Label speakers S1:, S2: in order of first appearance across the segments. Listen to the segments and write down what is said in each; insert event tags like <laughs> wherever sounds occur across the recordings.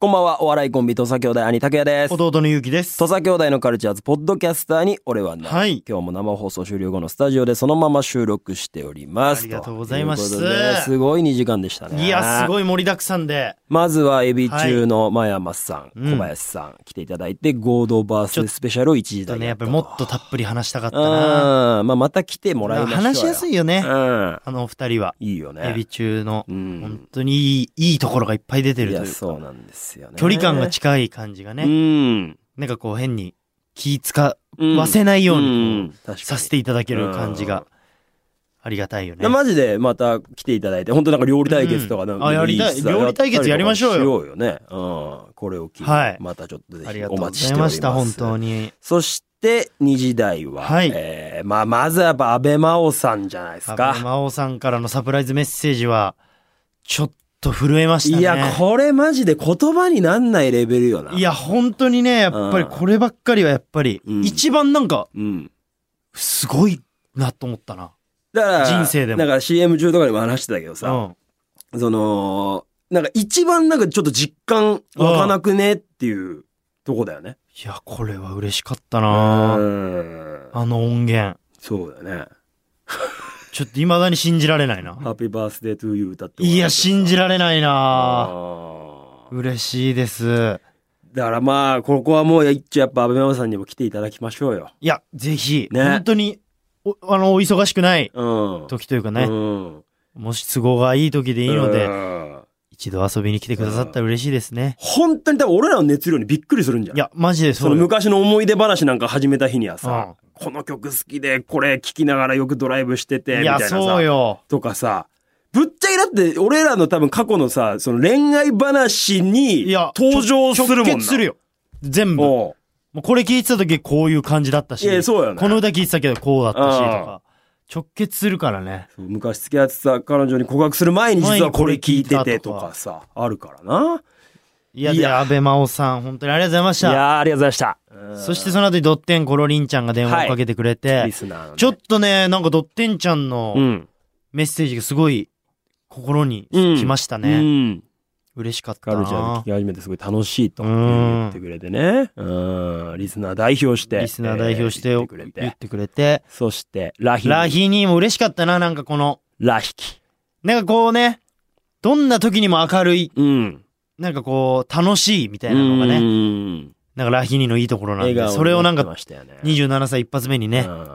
S1: こんばんは、お笑いコンビ、土佐兄弟、兄拓也です。
S2: 弟のゆうきです。
S1: 土佐兄弟のカルチャーズ、ポッドキャスターに俺はなる
S2: はい
S1: 今日も生放送終了後のスタジオでそのまま収録しております。
S2: ありがとうございます
S1: とうことですごい2時間でしたね。
S2: いや、す
S1: い。
S2: ごい盛りだくさんで、
S1: まずは、エビ中の真山さん、
S2: うん
S1: 小林さん、来ていただいて、合同バースデースペシャルを1時
S2: ちょ
S1: 台
S2: っとね、
S1: に
S2: や
S1: や
S2: っ
S1: った
S2: ぱ
S1: と。
S2: りもっとたっぷり話したかったな。
S1: うん。まあ、また来てもらいましょうよ。
S2: 話しやす
S1: い。
S2: いよね。
S1: うん。
S2: あのお二人は、
S1: いいよね。
S2: エビ中の、
S1: うん
S2: 本当にいい、いいところがいっぱい出て
S1: い
S2: ると
S1: や、
S2: いう
S1: そう
S2: か、
S1: なんですよね。
S2: 距離感が近い感じが
S1: う
S2: ね、
S1: ん。
S2: なんかこう変に気使
S1: うん
S2: わせないよう
S1: うん
S2: にこ
S1: 確かに
S2: うさせていただける感じがありがたいよね。
S1: マジでまた来ていただいて、本当なんか料理対決とかなんか、
S2: うんあやりたい
S1: さ
S2: 料理対決やりましょ
S1: やっ
S2: うよ
S1: たりとかしようよね。うん。これを機に、
S2: はい
S1: またちょっとぜ
S2: あり
S1: ひ
S2: がと
S1: お
S2: うご
S1: 待ちしてお
S2: ざい
S1: り
S2: ま
S1: ます。
S2: した、本当に。
S1: そして、二時台は、
S2: はい
S1: えーまあ、まずはやっぱ安倍真央さんじゃないです
S2: 安
S1: か
S2: 倍。真央さんからのサプライズメッセージは、ちょっと震えましたね。
S1: いや、これマジで言葉になんないレベルよな。
S2: いや、本当にね、やっぱりこればっかりはやっぱり、
S1: うん
S2: 一番なんか、
S1: うん。
S2: すごいなと思ったな。
S1: だから、
S2: 人生でも
S1: なんか CM 中とかでも話してたけど
S2: う
S1: さ、
S2: ん。
S1: その、なんか一番なんかちょっと実感湧かなくねっていうとこだよね。
S2: いや、これは嬉しかった
S1: う
S2: な。
S1: ん。
S2: あの音源。
S1: そうだね。
S2: ちょっと未だに信じられないな。
S1: ハッピーバースデートゥーユー歌って
S2: いや、信じ
S1: ら
S2: られないな。
S1: あー
S2: 嬉しいです。
S1: だからまあ、ここはもう一応やっぱ安倍ママさんにも来ていただきましょうよ。
S2: いや、ぜひ、
S1: ね
S2: 本当に、お、あの、お忙しくない
S1: うん。
S2: 時というか
S1: う
S2: ね、
S1: ん。
S2: もし都合がいい時でいいの
S1: う
S2: で、
S1: ん
S2: 一度遊びに来てくださったら嬉しいですね。
S1: 本当に多分俺らの熱量にびっくりするんじゃん。
S2: いや、マジでそ
S1: そうの
S2: よ。
S1: 昔の思い出話なんか始めた日にはさ、
S2: う
S1: この曲好きで、これ聴きながらよくドライブしてて、
S2: んい
S1: みた
S2: や、
S1: いなさ。
S2: そうよ。
S1: とかさ、ぶっちゃけだって俺らの多分過去のさ、その恋愛話に
S2: いや、
S1: 登場
S2: ち
S1: す
S2: ょ
S1: るもんな。
S2: 直結するよ。全部。も
S1: おう
S2: うこれ聞いてた時こういう感じだったし。
S1: いやそうよね
S2: この歌聞いてたけどこうだったしと
S1: あ
S2: か。直結するからね。
S1: そう昔付き合ってた彼女に告白する前に実はこれ聞いててとかさ、あるからな。
S2: いや、
S1: い
S2: で、
S1: や
S2: 安倍真央さん、本当にありがとうございまし
S1: い
S2: た。
S1: やーありがとうございました。
S2: そしてその後にドッテンコロリンちゃんが電話をかけてくれて、
S1: リスナーのね
S2: ちょっとね、なんかドッテンちゃん
S1: う
S2: の
S1: ん。
S2: メッセージがすごい心に
S1: うん
S2: きましたね。
S1: うん。
S2: 嬉しかった
S1: カルチャーで聞
S2: な。
S1: き始めてすごい楽しいと
S2: うん
S1: 言ってくれてね。うん。リスナー代表して。
S2: リスナー代表して
S1: えー
S2: 言
S1: 言
S2: っ
S1: ってくれて
S2: てくれて。
S1: そして、ラヒ。
S2: ラ。ヒニーも嬉しかったな、なんかこの、
S1: ラヒキ。
S2: なんかこうね、どんな時にも明るい
S1: うん。
S2: なんかこう、楽しいみたいなのがね、
S1: ね。
S2: なんかラヒニのいいところなん
S1: 笑
S2: で、
S1: 顔
S2: それをなん
S1: になって
S2: か
S1: ましたよね
S2: 27歳一発目にね
S1: う、ん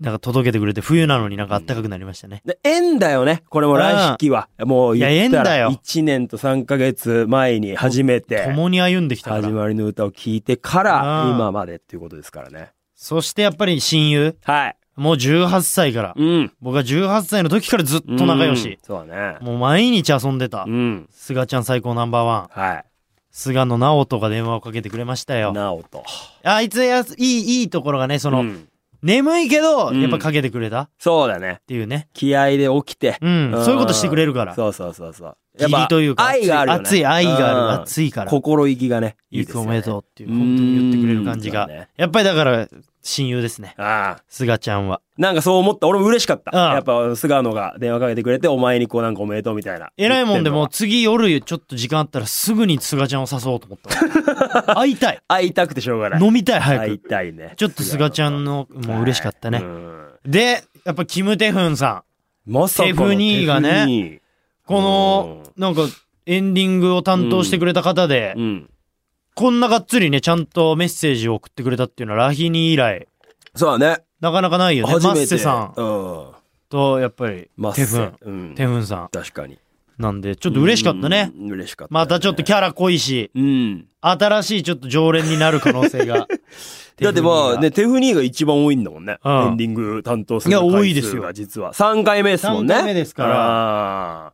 S2: なんか届けてくれて、冬なのになんかあったかくなりましたね。
S1: で縁だよね。これも来式は。もう言った
S2: いや縁だ
S1: ら
S2: よ
S1: 1年と3ヶ月前に初めて
S2: 共に歩んできたか
S1: 始
S2: ら。
S1: まりの歌を聴いてから
S2: うん
S1: 今までっていうことですからね。
S2: そしてやっぱり親友、
S1: はい。
S2: もう18歳から
S1: う、ん。
S2: 僕は18歳の時からずっと仲良し。
S1: そうだね。
S2: もう毎日遊んでた
S1: う。ん。
S2: 菅ちゃん最高ナンバーワン。
S1: はい。
S2: 菅野直人が電話をかけてくれましたよ。
S1: なおと。
S2: あいつやす、いい、いいところがね、その、
S1: うん
S2: 眠いけど、
S1: うん
S2: やっぱかけてくれたっ
S1: そうだね。
S2: ていうね。
S1: 気合で起きて。
S2: うん、そういうことしてくれるから。
S1: そうそうそうそう。
S2: 義理というか、
S1: 愛があるよね。
S2: 熱い愛があ
S1: う
S2: る。
S1: ん
S2: 熱いから。
S1: 心意気がね。いい
S2: ゆ
S1: で
S2: く
S1: すよ
S2: お
S1: ね
S2: めでとうっていう、本当に言ってくれる感じ
S1: う
S2: が
S1: んそうだね。
S2: やっぱりだから、親友ですね。
S1: ああ。
S2: すがちゃんは。
S1: なんかそう思った。俺も嬉しかった。
S2: うん
S1: やっぱ、菅野が電話かけてくれて、お前にこうなんかおめでとうみたいな。
S2: 偉いもんでもう、次夜ちょっと時間あったらすぐにすがちゃんを誘おうと
S1: <laughs>
S2: 思ったわ。会いたい。
S1: 会いたくてしょうがない。
S2: 飲みたい、早
S1: 会い
S2: く。
S1: たいね。
S2: ちょっとすがちゃんの、もう嬉しかった
S1: う
S2: ね。
S1: ん。
S2: で、やっぱキム・テフンさ
S1: まさかの
S2: テフニーがね
S1: テフニ
S2: ん。この、なんか、エンディングを担当してくれた方で
S1: ー。う、ん。
S2: こんながっつりね、ちゃんとメッセージを送ってくれたっていうのは、ラヒニ以来、
S1: そうだね。
S2: なかなかないよね。
S1: 初
S2: マ
S1: めて。
S2: ッセさん
S1: うん。
S2: と、やっぱり
S1: マ、ッ
S2: テ
S1: セ。
S2: フン。
S1: うん。
S2: テフンさん。
S1: 確かに。
S2: なんで、ちょっと嬉しかったね。
S1: うん。嬉しかったね。
S2: またちょっとキャラ濃いし、
S1: うん。
S2: 新しいちょっと常連になる可能性
S1: <laughs>
S2: が。
S1: だってまあね、、テフニーが一番多いんだもんね。
S2: うん
S1: エンディング担当する回数
S2: い
S1: が
S2: や多いですよ
S1: 実は。3回目ですもんね。
S2: 三回目ですから
S1: あ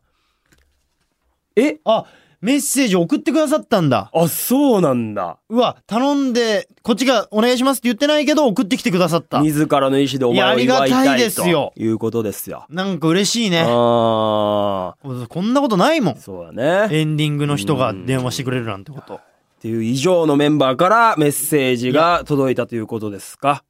S1: ー。え
S2: あ、メッセージ送ってくださったんだ。
S1: あ、そうなんだ。
S2: うわ、頼んで、こっちがお願いしますって言ってないけど、送ってきてくださった。
S1: 自らの意思でお前を
S2: いやあ
S1: 祝い
S2: りが
S1: た
S2: た
S1: い
S2: いですよ
S1: ということですよ。
S2: なんか嬉しいね。
S1: ああ、
S2: こんなことな
S1: <laughs>
S2: いもん。
S1: そうだね。
S2: エンディングの人が電話してくれるなんてこと。
S1: っていう以上のメンバーからメッセージが届いたということですか。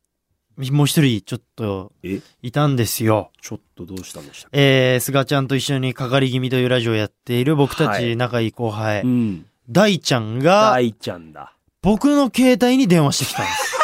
S2: もう一人、ちょっと、
S1: え、
S2: いたんですよ。
S1: ちょっとどうしたんでしたっ
S2: えー、すがちゃんと一緒にかかり気味というラジオをやっている僕た
S1: は
S2: ち
S1: い
S2: 仲いい後輩、
S1: うん。
S2: 大ちゃんが、
S1: 大ちゃんだ。
S2: 僕の携帯に電話してきたん
S1: <laughs>
S2: です。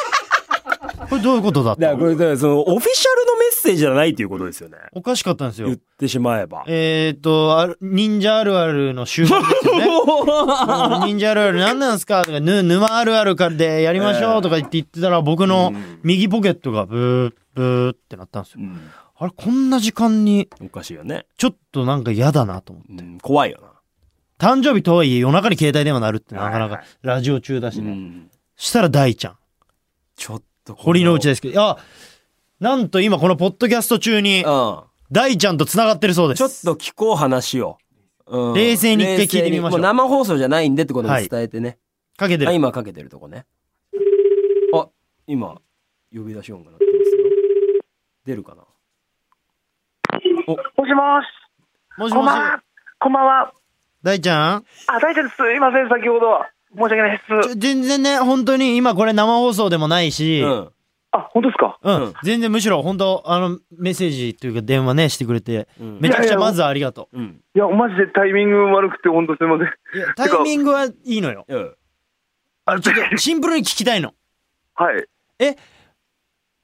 S2: これどういうことだっ
S1: だから
S2: た
S1: これ、だからその、オフィシャルのメッセージじゃないっていうことですよね。
S2: おかしかったんです
S1: 言
S2: よ
S1: っ。てしまえば。
S2: えっ、と、ある忍者あるあるの集合です
S1: <laughs>
S2: よね。もう忍者あるある何なんすかとか、ぬ、沼あるあるからでやりましょうとか言って言ってたら、僕の右ポケットがブー、ブーってなったんですよ。
S1: うん
S2: あれ、こんな時間に、
S1: おかしいよね。
S2: ちょっとなんか嫌だなと思って。
S1: うん怖いよな。
S2: 誕生日とはいえ夜中に携帯電話鳴るってなかな
S1: はいは
S2: かラジオ中だしね。
S1: うん
S2: したら大ちゃん。
S1: ちょっとこれ
S2: 堀
S1: を、
S2: 之内ですけど、いや、なんと今このポッドキャスト中に、
S1: うん。
S2: 大ちゃんと繋がってるそうです。
S1: ちょっと聞こう話を。うん
S2: 冷静に一回聞いてみましょう
S1: 冷静にも生放送じゃないんでってことを伝えてね。
S2: かけて
S1: あ
S2: る。
S1: 今かけてるとこね。あ、今、呼び出し音が鳴ってますよ。出るかな
S3: もしもし。
S2: もし
S3: こん
S2: もし
S3: ば、んは。こんばんは。
S2: 大ちゃん
S3: あ、大丈夫です。いません、先ほどは。申し訳ないです
S2: ち。ょ全然ね、本当に今これ生放送でもないし、うん。
S3: あ、本当ですか
S1: うん
S2: 全然むしろ本当、あの、メッセージというか電話ね、してくれて、
S1: うん
S2: めちゃくちゃまずはありがと
S1: うん。うん。
S3: いや、マジでタイミング悪くて、本当すいませ
S2: う。
S3: ん。
S2: いや、タイミングはいいのよ。
S1: うん。
S3: あ、ちょっ
S2: シンプルに聞きたいの。
S3: と、はい。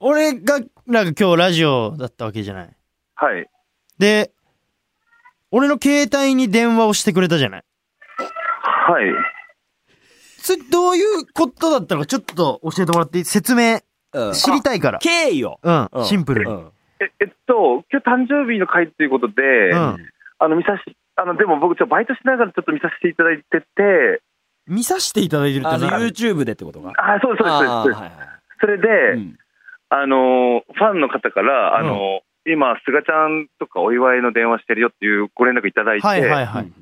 S2: 俺が、なんか今日ラジオだったわけじゃない。
S3: はい。
S2: で、俺の携帯に電話をしてくれたじゃない。
S3: はい。
S2: それどういうことだったのかちょっと教えてもらっていい説明
S1: うん
S2: 知りたいから。
S1: 経緯を。
S2: う、
S1: うんん
S2: シンプル
S1: う
S2: に。
S1: ん
S3: え、えっと、今日誕生日の会ということで、
S2: うん
S3: あの、見さし、あの、でも僕、ちょっとバイトしながらちょっと見させていただいてて、
S2: 見させていただいてる
S1: あ
S2: と
S1: の、
S2: な
S1: YouTube でってことか。
S3: あ、そうです、そうです
S1: あ
S3: そ
S1: ー
S3: うです、
S1: はいはい。
S3: それで、
S1: うん
S3: あの、ファンの方から、あの、今、菅ちゃんとかお祝いの電話してるよっていうご連絡いただいて、
S2: はいはいはい。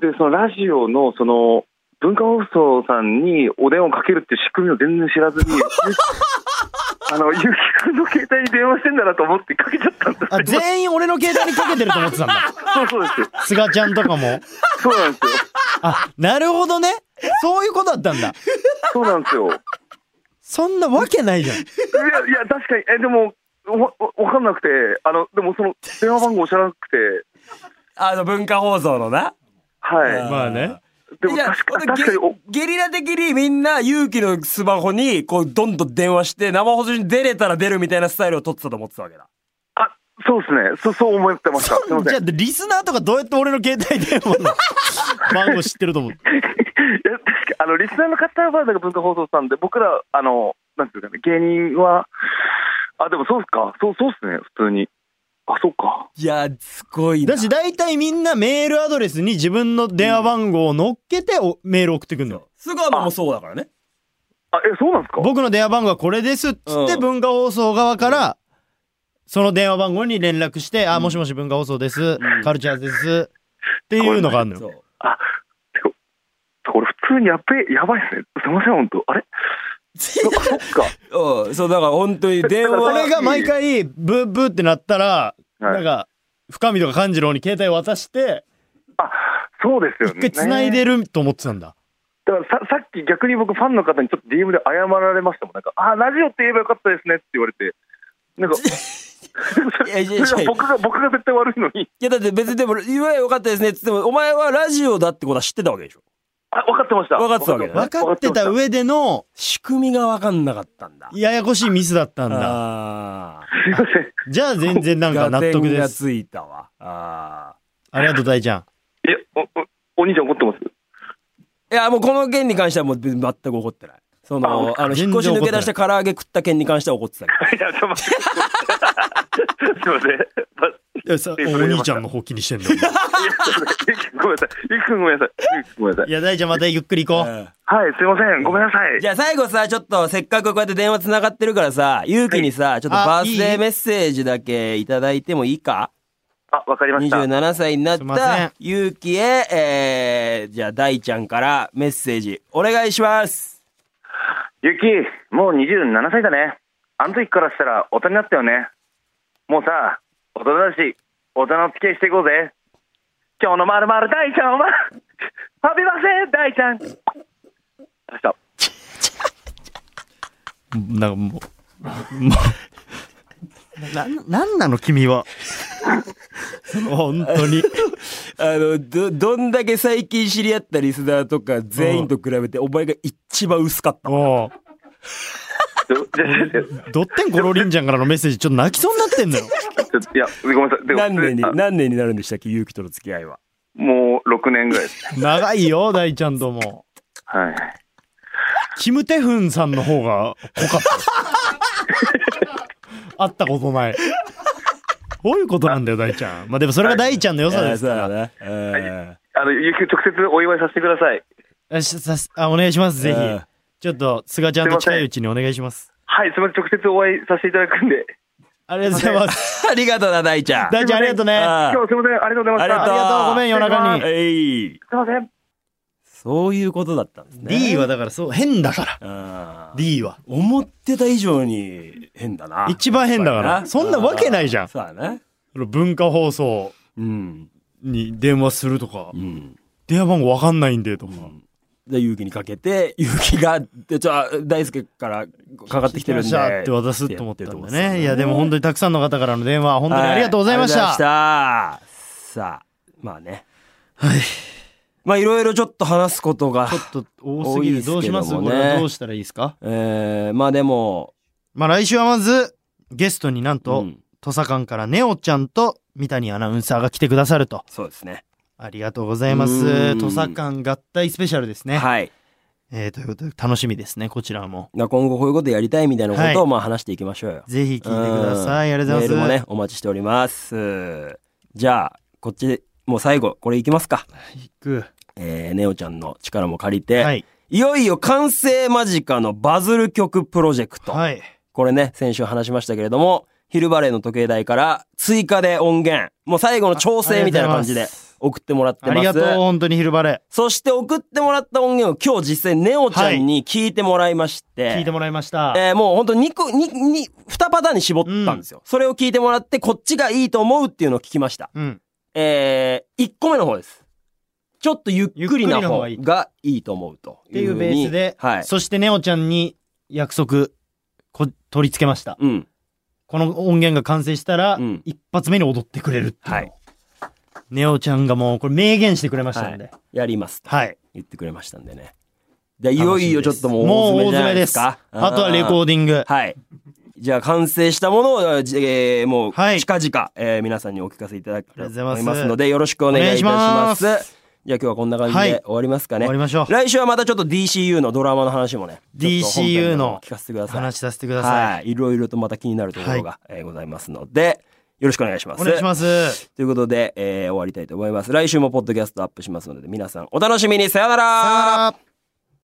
S3: で、そのラジオの、その、文化放送さんにお電話をかけるっていう仕組みを全然知らずに、 <laughs> あの、ゆうきくんの携帯に電話してんだなと思ってかけちゃったん <laughs> だ。
S2: あ、全員俺の携帯にかけてると思ってたん
S1: <laughs>
S2: だ。
S3: そうそうですよ。
S2: すがちゃんとかも。
S3: そうなんですよ。
S2: あ、なるほどね。そういうことだったんだ。
S3: そうなんですよ。い
S2: そんなわけないじゃん。
S3: や、いや、確かに、え、でも、わ、わわかんなくて、あの、でもその、電話番号知らなくて、
S1: あの、文化放送のな。
S3: はい。
S2: まあね。
S3: でも
S1: じゃあ
S3: 確か、
S1: ほんと
S3: 確かに、お、
S1: ゲゲリラ的にみんな勇気のスマホにこうどんどん電話して生放送中に出れたら出るみたいなスタイルを取ってたと思ってたわけだ。
S3: あ、そうですね。そう、そう思ってました。すいま
S2: じ
S3: せ
S2: ゃ
S3: ん
S2: あ、。リスナーとかどうやって俺の携帯電話の <laughs> 番号知ってると思う。
S3: いや確か <laughs> あのリスナーの方はなんか文化放送さんで僕らあのなんていうかね芸人はあでもそうっすかそうそうっすね普通にあそうか
S1: いやー、すごいな。
S2: だし、大体みんなメールアドレスに自分の電話番号を乗っけておメール送ってくんのよ。
S1: 菅野もそうだからね。
S3: あえそうなんですか
S2: 僕の電話番号はこれですっつって
S1: うん
S2: 文化放送側からその電話番号に連絡して「あもしもし文化放送です、カルチャーです」っていうのがあるの
S1: そ
S2: よ
S1: う。
S3: これ普通にやっべえやばいっすねすいません本当あれ
S1: <laughs>
S3: そそっか
S1: うん、そう、だから本当に電
S3: だ
S2: こ
S3: か
S1: 話
S3: ら
S2: れが毎回ブーブーってなったら
S3: はい
S2: なんか深見とか勘次郎に携帯渡して
S3: そうですよ
S2: 一
S3: ね
S2: 回繋いでると思ってたんだ
S3: だからささっき逆に僕ファンの方にちょっと DM で謝られましたもんなんかあラジオって言えばよかったですねって言われてなんか
S1: <laughs> いやいやいや
S3: <laughs> それが僕が僕が絶対悪いの
S1: <laughs>
S3: に
S1: いや、だって別にでも、いわゆる良かったですねっつっても、お前はラジオだってことは知ってたわけでしょ。
S3: あ分かってました
S1: 分かってたわけだね
S2: 分かってた上での
S1: 仕組みが分かんなかったんだ。
S2: ややこしいミスだったんだ
S1: あ
S3: すいません
S2: じゃあ全然な
S1: あ。
S2: んか納得
S1: 合点
S2: で
S1: が
S2: す
S1: ついたわ。ああ。
S2: ありがとう大ちゃん
S3: いや、お、おお兄ちゃん怒ってます
S1: いや、もうこの件に関してはもう全全く怒ってない。その、あの、
S2: 全
S1: 引っ
S2: 然
S1: 越し抜け出して唐揚げ食った件に関しては怒ってたけ
S3: <laughs> いや、ちょっと待って。 <laughs> すいません。ま
S2: いやさお兄ちゃんの方気にしてんだよ
S3: いやちょっと待ってゆうきくんごめんなさい。ゆうきくんごめんなさい。ゆうきくんごめんなさい
S2: い。や大ちゃんまたゆっくり行こ
S1: ど。
S2: う
S1: うん
S3: はい、すいません。ごめんなさい。
S1: じゃあ最後さ、ちょっとせっかくこうやって電話繋がってるからさ、ゆうきにさ、ちょっとバース
S2: あい
S1: デ
S2: い
S1: ーメッセージだけいただいてもいいか
S3: あ、わかりました。はい。
S1: ?27 歳になっ
S2: すいません
S1: たゆうきへ、えー、じゃあ大ちゃんからメッセージお願いします。
S3: ゆき、もう27歳だね。あの時からしたら大人になったよね。もうさ、大人だし、大人の付き合いしていこうぜ。今日のまるまる大ちゃんは、ハビバースデー大ちゃん。明日。
S2: なんかも <laughs> う、もう、な、なんなの君は。その、本当に。
S1: あの、ど、どんだけ最近知り合ったリスナーとか全員と比べて、お前が一番薄かった。
S2: おう
S3: どじゃじゃじゃ
S2: ドッテンコロリンちゃんからのメッセージ、ちょっと泣きそうになってんのよ。
S3: ちょっといや、ごめんなさい。でも
S1: 何年に、
S3: あ
S1: 何年になるんでしたっけ、ゆうきとの付き合いは。
S3: もう6年ぐらいですね。
S2: 長いよ、大ちゃんとも。
S3: はい。
S2: キム・テフンさんの方が濃かった。会ったことない。こういうことなんだよ、大ちゃん。まあでもそれが大ちゃんの良さ
S1: あ
S2: で
S1: あ
S2: す
S1: そう
S2: か
S1: だ
S2: ら。
S1: な。うん
S3: あの、ゆき直接お祝いさせてください。
S2: あしさすあお願いします、ぜひ
S1: うん。
S2: ちょっと、菅ちゃんと近いうちにお願いします。
S3: はい、すみません、直接お会いさせていただくんで。
S2: ありがとうございます。
S1: ありがとうな、大ちゃん。
S2: 大ちゃん、ありがとうね。あ
S1: あ
S3: 今日すみません、ありがとうございました。
S1: あ
S2: りがとう。ごめん、夜中に。
S1: えい。
S3: すみません。
S1: そういうことだったんですね。
S2: D はだからそう、変だから。
S1: は
S2: D は。
S1: 思ってた以上に変だな。
S2: 一番変だから。そんなわけないじゃん。
S1: そうだね。
S2: 文化放送
S1: うん。
S2: に電話するとか
S1: う、ん。
S2: 電話番号わかんないんでとか。
S1: で、勇気にかけて、勇気が、でちょ、あ大輔からかかってきてるん
S2: 聞きました
S1: で。
S2: って渡すと思った
S1: やって
S2: んでね。いや、
S1: ると思うんですよ
S2: でも本当にたくさんの方からの電話、本当にありがとうございまし
S1: は
S2: た。
S1: ありがとうございました。さあ、まあね。はい。まあ、いろいろちょっと話すことが
S2: ちょ。っと多すぎ
S1: 多いで
S2: る。
S1: すけども
S2: どう
S1: ね
S2: しますこれはどうしたらいいですか
S1: えー、まあでも、
S2: まあ来週はまず、ゲストになん
S1: う
S2: と、
S1: ん
S2: 土佐館からネオちゃんと三谷アナウンサーが来てくださると。
S1: そうですね。
S2: ありがとうございうま
S1: ー
S2: す。
S1: ん
S2: 土佐館合体スペシャルですね。
S1: はい。
S2: えー、ということで楽しみですね、こちらも。
S1: まあ今後こういうことやりたいみたいなこ
S2: はい
S1: とをまあ話していきましょうよ。
S2: ぜひ聞いてください。
S1: うん
S2: ありがとうござ
S1: メール
S2: います。
S1: もね、お待ちしております。じゃあ、こっち、もう最後、これいきますか。
S2: 行く
S1: えー、ネオちゃんの力も借りて、、
S2: はいい。
S1: よいよ完成間近のバズる曲プロジェクト。
S2: はい。
S1: これね、先週話しましたけれども、ヒルバレーの時計台から追加で音源、もう最後の調整みたいな感じ
S2: ああ
S1: で
S2: りがとうございます
S1: 送ってもらってます。
S2: ありがとう、本当に昼バレ。
S1: そして送ってもらった音源を今日実際ネオちゃんに聞いてもらいまして、
S2: 聞いてもらいました。
S1: えーもうほんと2個、2、2、2パターンに絞ったんですよ。それを聞いてもらって、こっちがいいと思うっていうのを聞きました。
S2: うん。
S1: えー、1個目の方です。ちょっとゆっくりな
S2: ゆっくりの方
S1: 方
S2: がいいと
S1: がいいと思うと
S2: っていうベースで、
S1: はい。
S2: そしてネオちゃんに約束こ取り付けました。
S1: うん。
S2: この音源が完成したら、
S1: うん
S2: 一発目に踊ってくれるっていうのを
S1: はい
S2: ネオちゃんがもうこれ明言してくれましたので。
S1: やります。
S2: はい。
S1: 言ってくれましたんでね。じゃあいよいよちょっともう大
S2: もう
S1: 詰め
S2: 大
S1: じゃ
S2: 詰
S1: な
S2: め
S1: い
S2: で
S1: です
S2: す。
S1: か
S2: あ。とはレコーディング。
S1: はい。じゃあ完成したものを、じえーもう
S2: はい
S1: 近々、えー皆さんにお聞かせいただきたいと思い
S2: ありがと
S1: ま
S2: うございます
S1: すので、よろしくお願いいたします。
S2: お願いしま
S1: じゃあ今日はこんな感じ
S2: はい
S1: で終わりますかね。
S2: 終わりましょう
S1: 来週はまたちょっと DCU のドラマの話もね。
S2: DCU の
S1: ちょっと本編でも聞かせてください。
S2: 話させてください。
S1: はい。いろいろとまた気になるところが、えーございますので、よろしくお願いします。
S2: お願いします。
S1: ということで、えー終わりたいと思います。来週もポッドキャストアップしますので、皆さんお楽しみに。さよう
S2: さよなら。